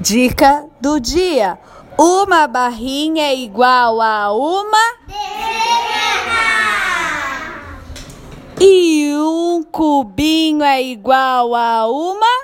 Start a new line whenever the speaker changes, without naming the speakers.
Dica do dia: uma barrinha é igual a uma
Terra!
e um cubinho é igual a uma